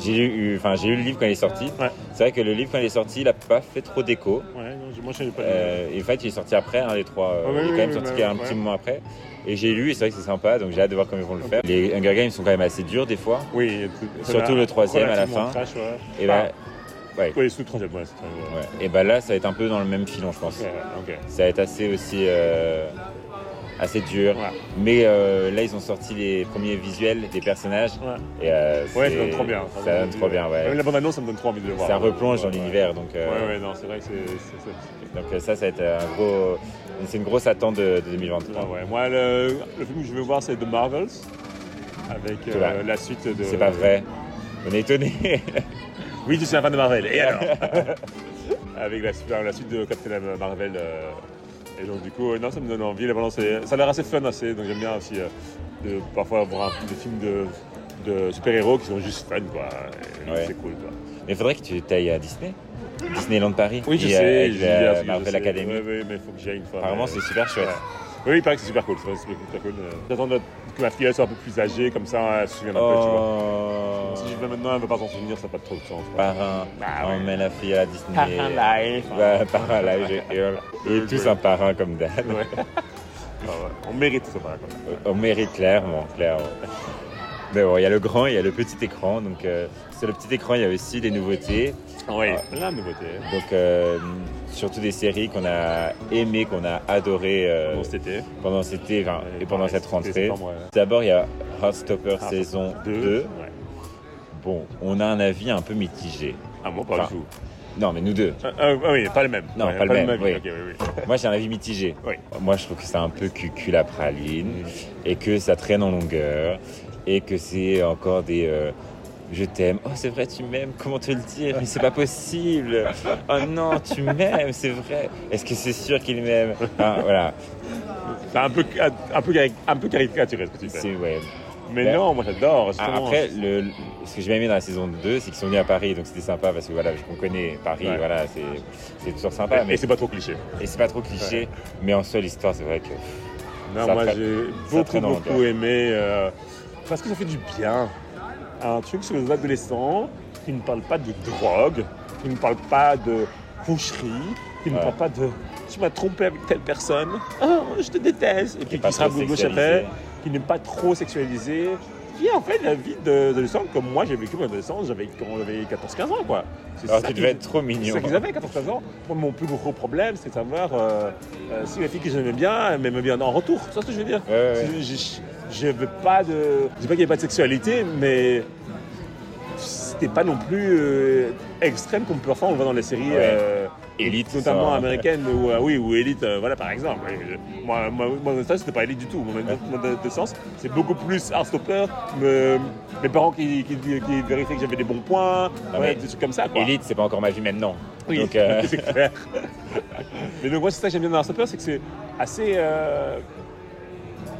Speaker 1: j'ai lu enfin j'ai lu le livre quand il est sorti
Speaker 2: Ouais.
Speaker 1: c'est vrai que le livre quand il est sorti il a pas fait trop d'écho
Speaker 2: Ouais, non, je- moi je savais pas.
Speaker 1: Euh, et en fait il est sorti après hein, les trois euh,
Speaker 2: Ah oui,
Speaker 1: il est
Speaker 2: oui,
Speaker 1: quand même
Speaker 2: oui,
Speaker 1: sorti
Speaker 2: mais-
Speaker 1: un petit
Speaker 2: ouais.
Speaker 1: moment après et j'ai lu et c'est vrai que c'est sympa donc j'ai hâte de voir comment ils vont le
Speaker 2: Ok.
Speaker 1: faire les Hunger Games sont quand même assez durs des fois
Speaker 2: Oui,
Speaker 1: surtout le troisième à la fin. et ben
Speaker 2: Bah,
Speaker 1: ouais.
Speaker 2: Oui, sous le troisième, ouais. c'est très-
Speaker 1: ouais. et ben là ça va être un peu dans le même filon je pense
Speaker 2: Ouais, ouais, ok.
Speaker 1: ça va être assez aussi euh, assez dur
Speaker 2: Ouais.
Speaker 1: mais euh, là ils ont sorti les premiers visuels des personnages
Speaker 2: Ouais.
Speaker 1: Et, euh,
Speaker 2: Ouais,
Speaker 1: c'est-
Speaker 2: ça donne trop bien.
Speaker 1: Ça donne trop bien, ouais.
Speaker 2: Même la bande-annonce, ça me donne trop envie de le voir.
Speaker 1: Ça replonge dans
Speaker 2: Ouais, ouais.
Speaker 1: l'univers, donc,
Speaker 2: Ouais,
Speaker 1: euh,
Speaker 2: ouais, non, c'est vrai que c'est- c'est. c'est-
Speaker 1: donc euh, ça, ça va être un gros. C'est une grosse attente de, de 2023.
Speaker 2: Ah ouais, moi le, le film que je veux voir c'est The Marvels avec euh,
Speaker 1: vrai.
Speaker 2: la suite de.
Speaker 1: C'est pas vrai. On est étonné.
Speaker 2: Oui, tu suis un fan de Marvel. Et alors [LAUGHS] Avec la, suite- la suite de Captain Marvel. euh, et donc du coup, euh, non, ça me donne envie. La balance, est- ça a l'air assez fun, assez. Donc j'aime bien aussi euh, de parfois voir un- des films de, de super-héros qui sont juste fun, quoi. Et
Speaker 1: Ouais.
Speaker 2: C'est cool, quoi.
Speaker 1: [LAUGHS] Mais faudrait que tu t'ailles à Disney. Disneyland Paris.
Speaker 2: Oui, je
Speaker 1: Et, euh,
Speaker 2: sais.
Speaker 1: avec
Speaker 2: je
Speaker 1: la
Speaker 2: dis, ah, parce que je
Speaker 1: Marvel
Speaker 2: sais.
Speaker 1: Academy.
Speaker 2: Ouais, ouais, mais il faut euh, que j'aille une fois.
Speaker 1: Apparemment,
Speaker 2: mais-
Speaker 1: c'est super chouette.
Speaker 2: Oui, il paraît que c'est super cool. c'est vrai, c'est super cool. Euh, J'attends de- que ma fille elle soit un peu plus âgée, comme ça, elle se souvient un peu, tu vois.
Speaker 1: Oh. Ah.
Speaker 2: Si je vais maintenant, elle va pas s'en souvenir, ça n'a pas trop de sens. quoi.
Speaker 1: Parrain.
Speaker 2: Bah,
Speaker 1: on
Speaker 2: ouais. hein.
Speaker 1: met la fille à la Disney.
Speaker 2: Parrain live.
Speaker 1: Ouais, parrain live, je hurle. Et tous un parrain comme d'hab.
Speaker 2: [LAUGHS] [LAUGHS] Ouais. Ah ouais, On mérite ça, par contre.
Speaker 1: On mérite clairement, clairement. Mais bon, il y a le grand, il y a le petit écran. Donc, euh, sur le petit écran, il y a aussi des nouveautés.
Speaker 2: Oui,
Speaker 1: Ah,
Speaker 2: la nouveauté.
Speaker 1: Donc, euh, surtout des séries qu'on a aimées, qu'on a adorées euh,
Speaker 2: Bon, cet été.
Speaker 1: pendant cet été enfin, et pendant cette rentrée.
Speaker 2: septembre, ouais.
Speaker 1: D'abord, il y a Heartstopper
Speaker 2: Ah,
Speaker 1: saison 2.
Speaker 2: Deux. Ouais.
Speaker 1: Bon, on a un avis un peu mitigé.
Speaker 2: Ah, moi, pas
Speaker 1: Enfin,
Speaker 2: du tout.
Speaker 1: Non, mais nous deux.
Speaker 2: Ah, ah, ah oui, pas le même.
Speaker 1: Non,
Speaker 2: Ouais,
Speaker 1: pas le même,
Speaker 2: oui.
Speaker 1: oui.
Speaker 2: Ok, oui, oui.
Speaker 1: Moi, j'ai un avis mitigé.
Speaker 2: Oui.
Speaker 1: Moi, je trouve que c'est un peu cucul à praline et que ça traîne en longueur et que c'est encore des euh, je t'aime. Oh, c'est vrai, tu m'aimes. Comment te le dire Mais c'est pas possible. Oh non, tu m'aimes, c'est vrai. Est-ce que c'est sûr qu'il m'aime Ah, Voilà.
Speaker 2: C'est un peu, un, peu, cari- un peu caricaturé ce que tu fais.
Speaker 1: C'est ouais.
Speaker 2: Mais
Speaker 1: Ben,
Speaker 2: non, moi j'adore.
Speaker 1: Ah,
Speaker 2: justement.
Speaker 1: Après, le, le- ce que j'ai bien aimé dans la saison 2, c'est qu'ils sont venus à Paris, donc c'était sympa parce que voilà, on connaît Paris,
Speaker 2: Ouais.
Speaker 1: voilà, c'est c'est toujours sympa,
Speaker 2: Et-
Speaker 1: mais
Speaker 2: Et c'est pas trop cliché.
Speaker 1: et c'est pas trop cliché. Mais en soi, l'histoire, c'est vrai que
Speaker 2: Non,
Speaker 1: Ça
Speaker 2: moi
Speaker 1: traîne-
Speaker 2: j'ai
Speaker 1: ça
Speaker 2: beaucoup,
Speaker 1: traîne en
Speaker 2: beaucoup
Speaker 1: longueur.
Speaker 2: aimé. euh, parce que ça fait du bien. Un truc sur les adolescents qui ne parle pas de drogue, qui ne parle pas de coucherie, qui ne
Speaker 1: Ouais.
Speaker 2: parle pas de tu m'as trompé avec telle personne, oh, je te déteste, et puis
Speaker 1: pas
Speaker 2: qui sera
Speaker 1: trop
Speaker 2: gauche
Speaker 1: sexualisé.
Speaker 2: après, qui n'est pas trop sexualisé, qui est en fait la vie de- d'adolescent comme moi j'ai vécu mon adolescence, j'avais quand j'avais 14-15 ans quoi. C'est
Speaker 1: Alors,
Speaker 2: ça
Speaker 1: oh, tu
Speaker 2: qui-
Speaker 1: devais être trop
Speaker 2: c'est
Speaker 1: mignon.
Speaker 2: ça qu'ils avaient, 14 ans. Moi, mon plus gros problème, c'est de savoir euh, euh, si la fille que j'aimais bien, elle m'aimait bien en retour. C'est ça ce que je veux dire.
Speaker 1: Ouais, ouais, ouais.
Speaker 2: Je, je- je veux pas de. Je dis pas qu'il n'y avait pas de sexualité, mais c'était pas non plus euh, extrême comme parfois on le voit dans les séries
Speaker 1: Ouais.
Speaker 2: euh,
Speaker 1: élite.
Speaker 2: notamment
Speaker 1: ça-
Speaker 2: américaine ou euh, oui ou élite euh, voilà par exemple Euh, moi moi, moi dans ça c'était pas élite du tout mon adolescence c'est beaucoup plus hard stopper me- mes parents qui, qui, qui vérifiaient que j'avais des bons
Speaker 1: Ah
Speaker 2: points ouais,
Speaker 1: ouais.
Speaker 2: des trucs comme ça quoi
Speaker 1: Élite, c'est pas encore ma vie maintenant.
Speaker 2: Oui.
Speaker 1: Donc, euh,
Speaker 2: [LAUGHS] c'est clair mais donc moi c'est ça que j'aime bien dans hard stopper c'est que c'est assez euh,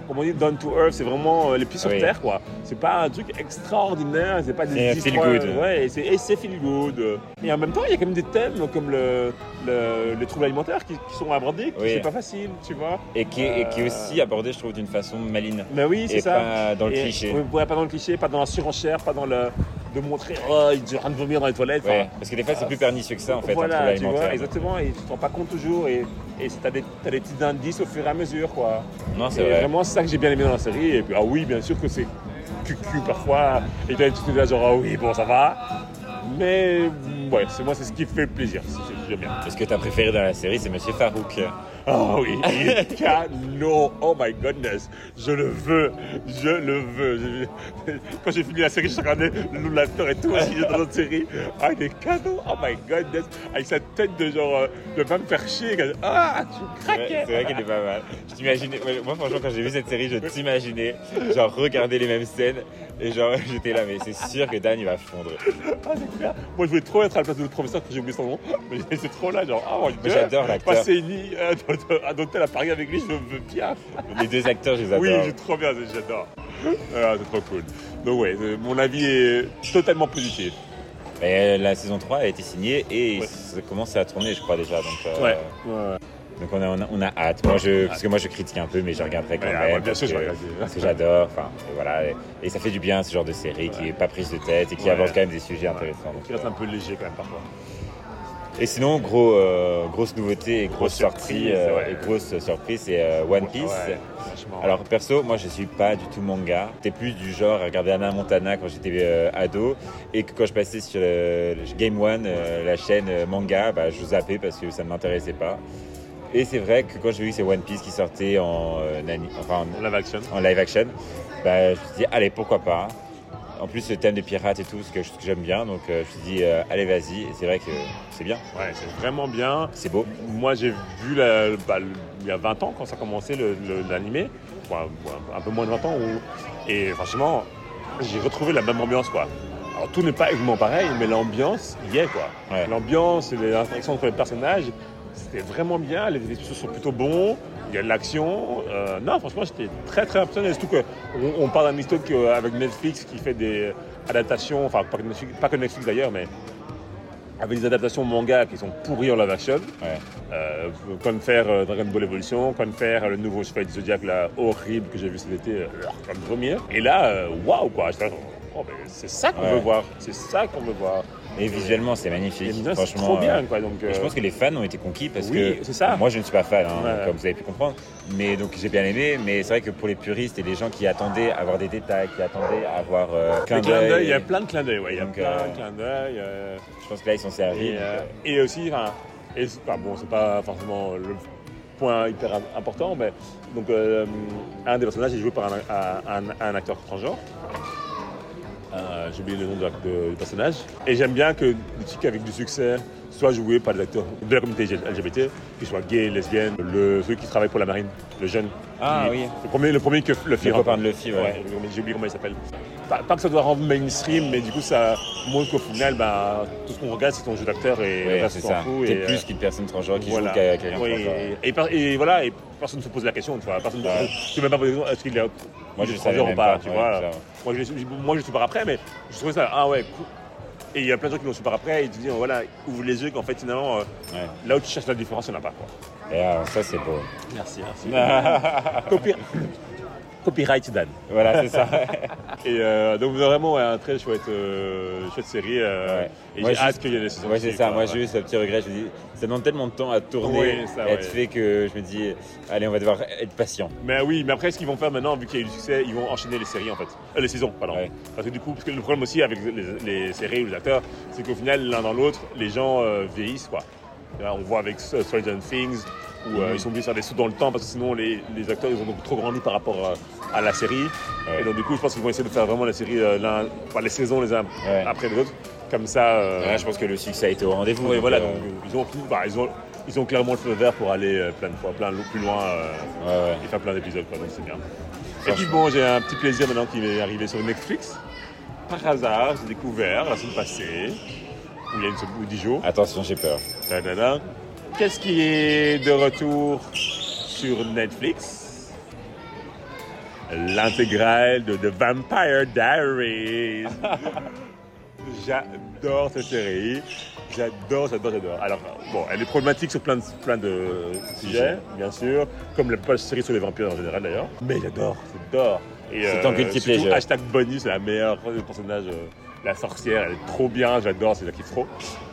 Speaker 2: comme on dit down to earth c'est vraiment euh, les pieds sur
Speaker 1: Oui.
Speaker 2: terre quoi c'est pas un truc extraordinaire c'est pas des
Speaker 1: C'est feel
Speaker 2: histoires-
Speaker 1: good.
Speaker 2: ouais et c'est et c'est feel good et en même temps il y a quand même des thèmes comme le, le- les troubles alimentaires qui, qui sont abordés qui
Speaker 1: Oui.
Speaker 2: c'est pas facile tu vois
Speaker 1: et, qui est, et qui est
Speaker 2: Euh,
Speaker 1: aussi abordé, je trouve, d'une façon maline.
Speaker 2: Ben oui, c'est
Speaker 1: et
Speaker 2: ça.
Speaker 1: pas dans le
Speaker 2: Et-
Speaker 1: cliché.
Speaker 2: ouais, ouais, pas dans le cliché, pas dans la surenchère, pas dans le. de montrer, oh, il est en train de vomir dans les toilettes.
Speaker 1: Ouais,
Speaker 2: Enfin,
Speaker 1: parce que des fois, c'est plus pernicieux que ça, en fait, un
Speaker 2: voilà,
Speaker 1: trouble
Speaker 2: tu
Speaker 1: alimentaire.
Speaker 2: vois, exactement, et tu te rends pas compte toujours, et et t'as des, t'as des petits indices au fur et à mesure, quoi.
Speaker 1: Non,
Speaker 2: C'est
Speaker 1: c'est vrai.
Speaker 2: vraiment ça que j'ai bien aimé dans la série, et puis, ah oui, bien sûr que c'est cucu parfois, et t'as- tu te dis là, genre, ah oui, bon, ça va. Mais, ouais, c'est moi, c'est ce qui fait plaisir, c'est- c'est- j'aime bien.
Speaker 1: Parce que t'as préféré dans la série, c'est Monsieur Farouk.
Speaker 2: Oh oui, il canon. Oh my goodness. Je le veux. Je le veux. Je- Quand j'ai fini la série, je regardais le nom de l'acteur et tout aussi dans notre série. Ah, il est canon. Oh my goodness. Avec sa tête de genre, euh, de va me faire chier. Ah, tu
Speaker 1: C'est vrai-
Speaker 2: craquais.
Speaker 1: c'est vrai qu'elle est pas mal. Je t'imaginais, moi, moi, franchement, quand j'ai vu cette série, je t'imaginais, genre, regarder les mêmes scènes, et genre, [LAUGHS] j'étais là, mais c'est sûr que Dan, il va fondre.
Speaker 2: Ah, c'est clair. Moi, je voulais trop être à la place de notre professeur, que j'ai oublié son nom. Mais c'est trop là, genre, ah, mon Dieu.
Speaker 1: j'adore l'acteur.
Speaker 2: Passer une nuit euh, dans- dans- à l'hôtel à Paris avec lui, je veux bien.
Speaker 1: Les deux acteurs, je les adore.
Speaker 2: Oui, j'ai trop bien, j'adore. Ah, c'est trop cool. Donc, ouais, euh, mon avis est totalement positif.
Speaker 1: Mais, euh, la saison 3 a été signée et
Speaker 2: Ouais.
Speaker 1: ça commence à tourner, je crois déjà. Donc, euh,
Speaker 2: Ouais. ouais.
Speaker 1: donc on, a, on, a, on a hâte. Moi, je, parce que moi, je critique un peu, mais je regarderai quand
Speaker 2: Ouais, ah
Speaker 1: même.
Speaker 2: ouais, bien
Speaker 1: parce
Speaker 2: sûr, hein. je
Speaker 1: que-
Speaker 2: regarde.
Speaker 1: Parce que j'adore. Enfin, et voilà. Et, et ça fait du bien, ce genre de série qui est pas prise de tête et qui
Speaker 2: Ouais.
Speaker 1: aborde quand même des sujets intéressants.
Speaker 2: Qui
Speaker 1: donc,
Speaker 2: reste un peu léger quand même parfois.
Speaker 1: Et sinon, gros, euh, grosse nouveauté et grosse, sortie
Speaker 2: surprise,
Speaker 1: euh,
Speaker 2: ouais.
Speaker 1: et grosse surprise, c'est euh, One Piece.
Speaker 2: Ouais, franchement.
Speaker 1: Alors perso, moi je suis pas du tout manga. J'étais plus du genre à regarder Anna Montana quand j'étais euh, ado et que quand je passais sur euh, Game One, euh, la chaîne euh, manga, bah, je zappais parce que ça ne m'intéressait pas. Et c'est vrai que quand j'ai vu que c'est One Piece qui sortait en, euh, nani- enfin,
Speaker 2: on live action.
Speaker 1: en live action, bah, je me suis dit allez pourquoi pas. En plus le thème des pirates et tout, ce que, ce que j'aime bien, donc euh, je me suis dit euh, allez vas-y. Et c'est vrai que c'est bien,
Speaker 2: Ouais, c'est vraiment bien.
Speaker 1: c'est beau.
Speaker 2: Moi j'ai vu la- bah, le- il y a 20 ans quand ça a commencé le- le- l'animé, Enfin, un- un peu moins de 20 ans, où- et franchement j'ai retrouvé la même ambiance quoi. Alors tout n'est pas exactement pareil, mais l'ambiance y est quoi.
Speaker 1: Ouais.
Speaker 2: L'ambiance et les interactions entre les personnages, c'était vraiment bien, les discussions sont plutôt bons, il y a de l'action. Euh, non, franchement, j'étais très très impressionné. Surtout qu'on on parle d'un historique euh, avec Netflix qui fait des adaptations, enfin pas que Netflix, pas que Netflix d'ailleurs, mais avec des adaptations manga qui sont pourries en live action.
Speaker 1: Ouais.
Speaker 2: Euh, comme faire euh, Dragon Ball Evolution, comme faire euh, le nouveau Chevalier du Zodiac là, horrible que j'ai vu cet été, euh, comme vomir. Et là, euh, waouh quoi, J'étais là, oh, mais c'est ça qu'on
Speaker 1: Ouais.
Speaker 2: veut voir, c'est ça qu'on veut voir.
Speaker 1: Et visuellement c'est
Speaker 2: Et
Speaker 1: magnifique.
Speaker 2: bien, c'est
Speaker 1: Franchement,
Speaker 2: trop
Speaker 1: euh,
Speaker 2: bien quoi. Donc,
Speaker 1: Et je
Speaker 2: euh,
Speaker 1: pense que les fans ont été conquis parce
Speaker 2: Oui,
Speaker 1: que
Speaker 2: c'est ça.
Speaker 1: moi je ne suis pas fan, hein,
Speaker 2: Ouais.
Speaker 1: comme vous avez pu comprendre. Mais donc j'ai bien aimé, mais c'est vrai que pour les puristes et les gens qui attendaient à avoir des détails, qui attendaient à avoir euh,
Speaker 2: Des
Speaker 1: clin
Speaker 2: clins d'œil,
Speaker 1: d'œil,
Speaker 2: il y a plein de clins d'œil, ouais, il y a
Speaker 1: Donc,
Speaker 2: plein de
Speaker 1: euh,
Speaker 2: clins d'œil. euh,
Speaker 1: je pense que là ils sont servis.
Speaker 2: et,
Speaker 1: donc,
Speaker 2: euh,
Speaker 1: euh,
Speaker 2: et aussi, enfin, et c'est pas- bon, c'est pas forcément le point hyper im- important, mais donc euh, un des personnages est joué par un, un- un- un acteur transgenre. Euh, J'ai oublié le nom de l'ac- de- du personnage. Et j'aime bien que des trucs avec du succès soient joués par des acteurs de la communauté LGBT, qu'ils soient gays, lesbiennes, le, celui qui travaille pour la marine, le jeune.
Speaker 1: Ah
Speaker 2: Qui-
Speaker 1: oui.
Speaker 2: Le premier, le premier que le
Speaker 1: le
Speaker 2: film.
Speaker 1: copain de Luffy, ouais.
Speaker 2: Ouais, mais j'ai oublié comment il s'appelle. Pas, pas que ça doit rendre mainstream, mais du coup, ça montre qu'au final, bah, tout ce qu'on regarde, c'est ton jeu d'acteur et
Speaker 1: Ouais,
Speaker 2: le reste,
Speaker 1: c'est
Speaker 2: on s'en
Speaker 1: ça.
Speaker 2: fout.
Speaker 1: T'es
Speaker 2: et,
Speaker 1: plus
Speaker 2: euh,
Speaker 1: qu'une personne transgenre qui
Speaker 2: voilà.
Speaker 1: joue qu'à quelqu'un
Speaker 2: Oui,
Speaker 1: transgenre.
Speaker 2: et, et par- et voilà, et personne ne se pose la question, tu vois. Personne
Speaker 1: Ouais.
Speaker 2: ne se même pas poser la question, est-ce qu'il est
Speaker 1: Moi,
Speaker 2: il
Speaker 1: je
Speaker 2: est
Speaker 1: savais
Speaker 2: transgenre
Speaker 1: même
Speaker 2: ou pas,
Speaker 1: pas,
Speaker 2: tu
Speaker 1: ouais,
Speaker 2: vois.
Speaker 1: ça, ouais.
Speaker 2: Moi, je l'ai su- moi, je l'ai su par après, mais je trouvais ça, ah ouais, cool. Et il y a plein de gens qui l'ont su par après, et tu te dis, oh, voilà, ouvre les yeux qu'en fait, finalement, euh,
Speaker 1: Ouais.
Speaker 2: là où tu cherches la différence, il n'y en a pas, quoi.
Speaker 1: Et alors, ça c'est beau.
Speaker 2: Merci, [LAUGHS] Copy- Copyright Dan.
Speaker 1: Voilà, c'est ça.
Speaker 2: Et euh, donc vraiment ouais, un très chouette, euh, chouette série. euh,
Speaker 1: Ouais.
Speaker 2: Et
Speaker 1: Moi,
Speaker 2: j'ai hâte
Speaker 1: juste-
Speaker 2: qu'il y ait des saisons.
Speaker 1: [LAUGHS] Ouais, c'est
Speaker 2: aussi,
Speaker 1: ça.
Speaker 2: quoi,
Speaker 1: Moi,
Speaker 2: ouais.
Speaker 1: j'ai eu ce petit regret. Je me dis, ça demande tellement de temps à tourner,
Speaker 2: Oui, ça,
Speaker 1: à être
Speaker 2: ouais.
Speaker 1: fait que je me dis, allez, on va devoir être patient.
Speaker 2: Mais oui, mais après, ce qu'ils vont faire maintenant, vu qu'il y a eu du succès, ils vont enchaîner les séries en fait. Euh, les saisons, pardon.
Speaker 1: Ouais.
Speaker 2: Parce que du coup, parce que le problème aussi avec les, les séries ou les acteurs, c'est qu'au final, l'un dans l'autre, les gens euh, vieillissent quoi. Là, on voit avec euh, Stranger Things où euh,
Speaker 1: Mhm.
Speaker 2: ils sont obligés de faire des sauts dans le temps parce que sinon les, les acteurs ils ont beaucoup trop grandi par rapport euh, à la série.
Speaker 1: Ouais.
Speaker 2: Et donc du coup, je pense qu'ils vont essayer de faire vraiment la série, euh, l'un- enfin, les saisons les uns
Speaker 1: Ouais.
Speaker 2: après les autres Comme ça. euh,
Speaker 1: Là, je pense que le succès a été au rendez-vous.
Speaker 2: oui,
Speaker 1: donc,
Speaker 2: voilà,
Speaker 1: euh,
Speaker 2: donc, ils, ont, bah, ils, ont, ils ont clairement le feu vert pour aller euh, plein de fois, plein, plus loin euh,
Speaker 1: ouais, ouais.
Speaker 2: et faire plein d'épisodes, quoi, donc c'est bien. Et
Speaker 1: Franchement.
Speaker 2: puis bon, j'ai un petit plaisir maintenant qui m'est arrivé sur Netflix. Par hasard, j'ai découvert la semaine passée, ou il y a une semaine ou dix jours,
Speaker 1: Attention, j'ai peur.
Speaker 2: Tadada. Qu'est-ce qui est de retour sur Netflix L'intégrale de The Vampire
Speaker 1: [LAUGHS]
Speaker 2: Diaries. j'adore cette série. J'adore, j'adore, j'adore. Alors, bon, elle est problématique sur plein de, plein de sujets, bien sûr, comme la plupart des séries sur les vampires en général d'ailleurs. Mais j'adore, j'adore. Et, euh,
Speaker 1: C'est ton guilty
Speaker 2: surtout,
Speaker 1: pleasure.
Speaker 2: Hashtag Bonnie, c'est la meilleure le personnage. euh, la sorcière, elle est trop bien, j'adore, c'est la kiffe trop.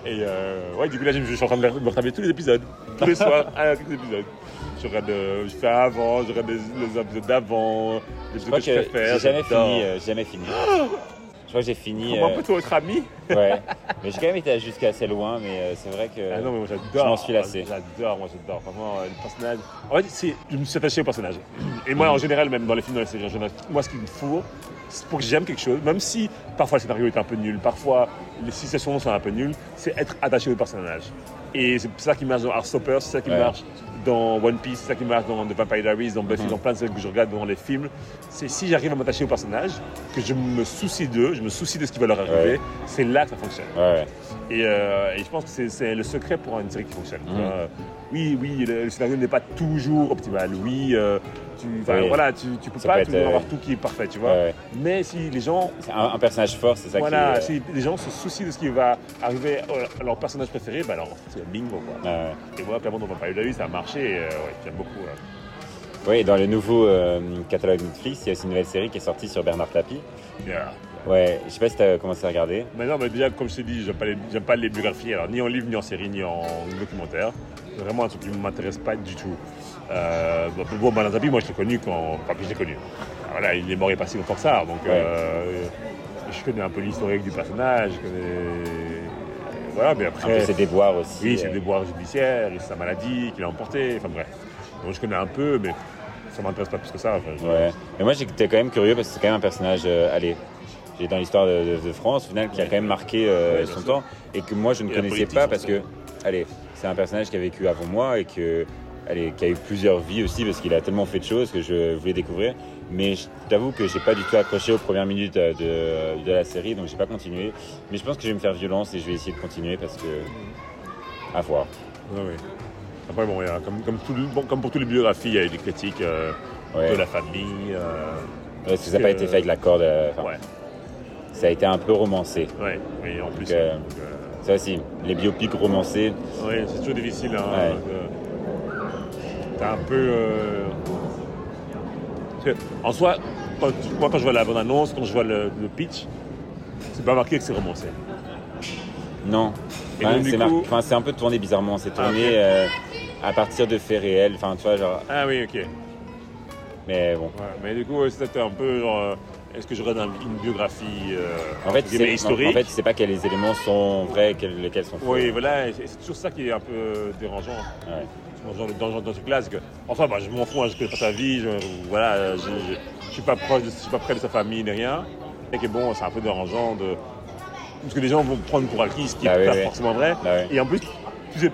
Speaker 2: Et euh, ouais, du coup là, je je suis en train de me retarder tous les épisodes. Tous
Speaker 1: [LAUGHS]
Speaker 2: les soirs, à tous les épisodes. Je regarde, euh, je fais avant, je regarde les, les épisodes d'avant, les
Speaker 1: Je
Speaker 2: épisodes
Speaker 1: crois
Speaker 2: que,
Speaker 1: que
Speaker 2: je préfère.
Speaker 1: j'ai jamais
Speaker 2: j'adore.
Speaker 1: fini. euh, j'ai jamais
Speaker 2: [GASPS]
Speaker 1: fini. Je crois que j'ai fini.
Speaker 2: Comment
Speaker 1: euh,
Speaker 2: peut-on être ami
Speaker 1: ouais. Mais j'ai quand même été jusqu'à assez loin, mais euh, c'est vrai que.
Speaker 2: Ah non, mais moi j'adore. Oh,
Speaker 1: Je m'en suis lassé.
Speaker 2: J'adore, moi j'adore. Vraiment, euh, le personnage. En fait, c'est- je me suis attaché au personnage. Et moi, en général, même dans les films, dans les séries, en général, moi, ce qui me fout, c'est pour que j'aime quelque chose, même si parfois le scénario est un peu nul, parfois les situations sont un peu nulles, c'est être attaché au personnage. Et c'est ça qui marche dans Heartstopper, c'est ça qui
Speaker 1: Ouais.
Speaker 2: marche dans One Piece, c'est ça qui marche dans The Vampire Diaries, dans
Speaker 1: Mhm.
Speaker 2: Buffy, dans plein de séries que je regarde, dans les films. C'est si j'arrive à m'attacher au personnage, que je me soucie d'eux, je me soucie de ce qui va leur arriver,
Speaker 1: Ouais.
Speaker 2: c'est là que ça fonctionne.
Speaker 1: Ouais, ouais.
Speaker 2: Et, euh, et je pense que c'est- c'est le secret pour une série qui fonctionne.
Speaker 1: Mhm.
Speaker 2: Euh, oui, oui, le, le scénario n'est pas toujours optimal. Oui, euh, tu, enfin,
Speaker 1: Oui.
Speaker 2: voilà, tu, tu peux
Speaker 1: Ça
Speaker 2: pas
Speaker 1: peut être,
Speaker 2: toujours
Speaker 1: euh,
Speaker 2: avoir tout qui est parfait, tu vois.
Speaker 1: ouais, ouais.
Speaker 2: Mais si les gens,
Speaker 1: C'est un, un personnage fort, c'est ça
Speaker 2: voilà,
Speaker 1: qui. euh,
Speaker 2: si les gens se soucient de ce qui va arriver à leur personnage préféré, bah alors c'est bingo quoi.
Speaker 1: euh, ouais, ouais.
Speaker 2: Et voilà, clairement dans Vampire Diaries, ça a marché. Et, euh, ouais, j'aime beaucoup. ouais.
Speaker 1: Oui, dans le nouveau euh, catalogue Netflix, il y a aussi une nouvelle série qui est sortie sur Bernard Tapie.
Speaker 2: Et, euh,
Speaker 1: Ouais, je sais pas si t'as commencé à regarder.
Speaker 2: Maintenant, mais déjà, comme je t'ai dit, j'aime pas, les- j'aime pas les biographies, alors, ni en livre, ni en série, ni en documentaire. C'est vraiment un truc qui ne m'intéresse pas du tout. Euh, bon, bon, Bernard Tapie, moi je l'ai connu quand. Enfin, puis je l'ai connu. Ah, Voilà, il est mort il n'y a pas si longtemps que ça. Donc,
Speaker 1: Ouais.
Speaker 2: euh, je connais un peu l'historique du personnage. Je connais. Voilà, mais
Speaker 1: Un
Speaker 2: après.
Speaker 1: peu ses déboires aussi.
Speaker 2: Oui, c'est des
Speaker 1: euh,
Speaker 2: boires judiciaires, et sa maladie qu'il a emporté. Enfin, bref. Donc, je connais un peu, mais ça m'intéresse pas plus que ça. Enfin, je-
Speaker 1: Ouais. Mais moi, j'étais quand même curieux parce que c'est quand même un personnage, euh, allez, j'ai dans l'histoire de, de- de France, au final, qui a quand même marqué euh,
Speaker 2: Ouais, bien
Speaker 1: son
Speaker 2: sûr.
Speaker 1: temps et que moi, je ne
Speaker 2: Et la
Speaker 1: connaissais
Speaker 2: politique,
Speaker 1: pas
Speaker 2: surtout.
Speaker 1: parce que, allez, c'est un personnage qui a vécu avant moi et que, allez, qui a eu plusieurs vies aussi parce qu'il a tellement fait de choses que je voulais découvrir. Mais je t'avoue que j'ai pas du tout accroché aux premières minutes euh, de, de la série, donc j'ai pas continué. Mais je pense que je vais me faire violence et je vais essayer de continuer parce que, à voir.
Speaker 2: Ouais, ouais. Après, bon, il y a- comme, comme, tout- bon, comme pour toutes les biographies, il y a eu des critiques. euh,
Speaker 1: Ouais.
Speaker 2: de la famille. euh,
Speaker 1: Parce que ça n'a pas
Speaker 2: Euh,
Speaker 1: été fait avec la corde. euh, enfin,
Speaker 2: ouais,
Speaker 1: Ça a été un peu romancé.
Speaker 2: ouais, oui, en plus.
Speaker 1: euh,
Speaker 2: donc, euh,
Speaker 1: Ça aussi, les biopics romancés,
Speaker 2: ouais, c'est toujours difficile. Hein,
Speaker 1: Ouais.
Speaker 2: de- T'as un peu. euh, parce que, En soi, quand, moi, quand je vois la bonne annonce, quand je vois le, le pitch, c'est pas marqué que c'est romancé.
Speaker 1: Non.
Speaker 2: Et
Speaker 1: Enfin,
Speaker 2: donc, du
Speaker 1: c'est mar-
Speaker 2: coup-
Speaker 1: enfin, c'est un peu tourné bizarrement. C'est tourné
Speaker 2: Ah, ok.
Speaker 1: euh, à partir de faits réels. Enfin, tu vois, genre.
Speaker 2: Ah oui, ok. Ouais,
Speaker 1: Mais bon.
Speaker 2: mais du coup, c'était un peu genre. euh, Est-ce que je regarde un- une biographie euh,
Speaker 1: En fait,
Speaker 2: entre
Speaker 1: tu
Speaker 2: guillemets,
Speaker 1: sais, en,
Speaker 2: historique
Speaker 1: en fait, tu sais pas quels éléments sont vrais, quels, lesquels sont faux.
Speaker 2: Oui, voilà, et c'est c'est toujours ça qui est un peu dérangeant.
Speaker 1: Ouais.
Speaker 2: dans ce genre de- dans ce genre de truc là, c'est que, enfin, bah, je m'en fous, hein, je connais pas sa vie, je, voilà, euh, je, je, je suis pas proche, de, je suis pas près de sa famille, ni rien. Et que bon, c'est un peu dérangeant de. Parce que les gens vont prendre pour acquis ce qui n'est
Speaker 1: Ah oui,
Speaker 2: pas
Speaker 1: oui.
Speaker 2: forcément vrai.
Speaker 1: Ah oui.
Speaker 2: Et en plus, tu sais,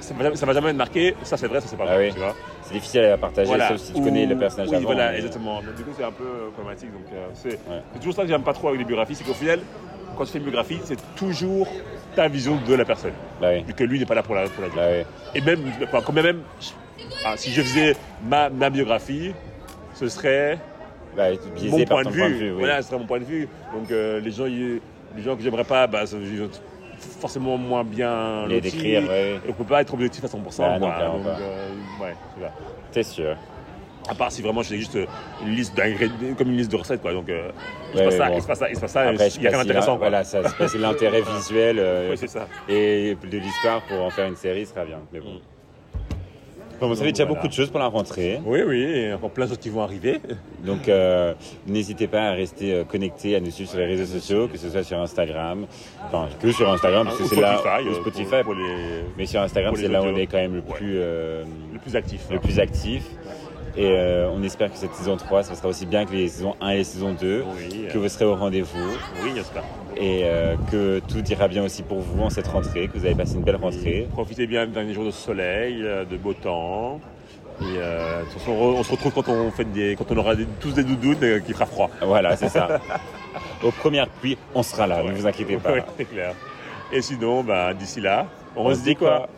Speaker 2: ça va, ça va jamais être marqué, ça c'est vrai, ça c'est pas
Speaker 1: Ah
Speaker 2: vrai,
Speaker 1: oui.
Speaker 2: tu vois.
Speaker 1: C'est difficile à partager, sauf si tu connais
Speaker 2: Ou-
Speaker 1: le personnage
Speaker 2: oui,
Speaker 1: avant.
Speaker 2: voilà,
Speaker 1: mais-
Speaker 2: exactement. Donc, du coup, c'est un peu euh, problématique. Donc, euh, c'est
Speaker 1: Ouais.
Speaker 2: c'est toujours ça que j'aime pas trop avec les biographies, c'est qu'au final, quand tu fais une biographie, c'est toujours ta vision de la personne,
Speaker 1: Bah oui.
Speaker 2: vu que lui n'est pas là pour la, pour la dire.
Speaker 1: Bah oui.
Speaker 2: Et même, enfin, quand même, je- ah, si je faisais ma, ma biographie, ce serait
Speaker 1: Bah, t'es biaisé
Speaker 2: mon
Speaker 1: par
Speaker 2: point de,
Speaker 1: ton
Speaker 2: vue.
Speaker 1: point de vue. oui.
Speaker 2: Voilà, ce serait mon point de vue. Donc euh, les, gens, ils- les gens que j'aimerais pas, bah, sont- ils sont forcément moins bien
Speaker 1: Les
Speaker 2: lotis.
Speaker 1: décrire, ouais.
Speaker 2: Et on peut pas être objectif à 100%.
Speaker 1: Ah, non,
Speaker 2: quoi.
Speaker 1: clairement
Speaker 2: Donc,
Speaker 1: pas.
Speaker 2: euh, ouais, c'est ça.
Speaker 1: T'es sûr.
Speaker 2: À part si vraiment je fais juste euh, une liste d'ingrédients, comme une liste de recettes, quoi. Donc euh, il, se
Speaker 1: Ouais,
Speaker 2: passe ça,
Speaker 1: bon.
Speaker 2: il se passe ça, il se passe ça,
Speaker 1: Après, je sais
Speaker 2: il y a
Speaker 1: pas
Speaker 2: rien
Speaker 1: si l'in-
Speaker 2: d'intéressant. quoi.
Speaker 1: Voilà, ça, c'est pas si l'intérêt visuel euh,
Speaker 2: [LAUGHS] Oui, c'est ça.
Speaker 1: et de l'histoire pour en faire une série sera bien. Mais bon.
Speaker 2: Mm.
Speaker 1: Bon, vous savez
Speaker 2: Donc,
Speaker 1: déjà
Speaker 2: voilà.
Speaker 1: beaucoup de choses pour la rentrée.
Speaker 2: Oui, oui, et encore plein d'autres qui vont arriver.
Speaker 1: Donc, euh, n'hésitez pas à rester euh, connecté, à nous suivre sur les réseaux sociaux, que ce soit sur Instagram, enfin, que sur Instagram, parce que
Speaker 2: Ou
Speaker 1: c'est là,
Speaker 2: Spotify,
Speaker 1: ou
Speaker 2: euh,
Speaker 1: Spotify,
Speaker 2: pour- pour les-
Speaker 1: mais sur Instagram,
Speaker 2: pour les
Speaker 1: c'est là où on
Speaker 2: audios.
Speaker 1: est quand même le
Speaker 2: Ouais.
Speaker 1: plus, euh,
Speaker 2: le plus actif.
Speaker 1: le plus actif. Et euh, on espère que cette saison 3, ça sera aussi bien que les saisons 1 et les saisons 2,
Speaker 2: Oui,
Speaker 1: que
Speaker 2: euh,
Speaker 1: vous serez au rendez-vous.
Speaker 2: oui, j'espère.
Speaker 1: et euh, que tout ira bien aussi pour vous en cette rentrée, que vous avez passé une belle rentrée.
Speaker 2: Profitez bien des derniers jours de soleil, euh, de beau temps. Et euh, de toute façon, on, re- on se retrouve quand on, fait des, quand on aura des- tous des doudounes euh, qui fera froid.
Speaker 1: Voilà, c'est
Speaker 2: [LAUGHS]
Speaker 1: ça. Aux premières pluies, on sera là, Ah, ne
Speaker 2: Ouais.
Speaker 1: vous inquiétez pas.
Speaker 2: Ouais, c'est clair. Et sinon, bah, ben, d'ici là, on,
Speaker 1: On
Speaker 2: se dit quoi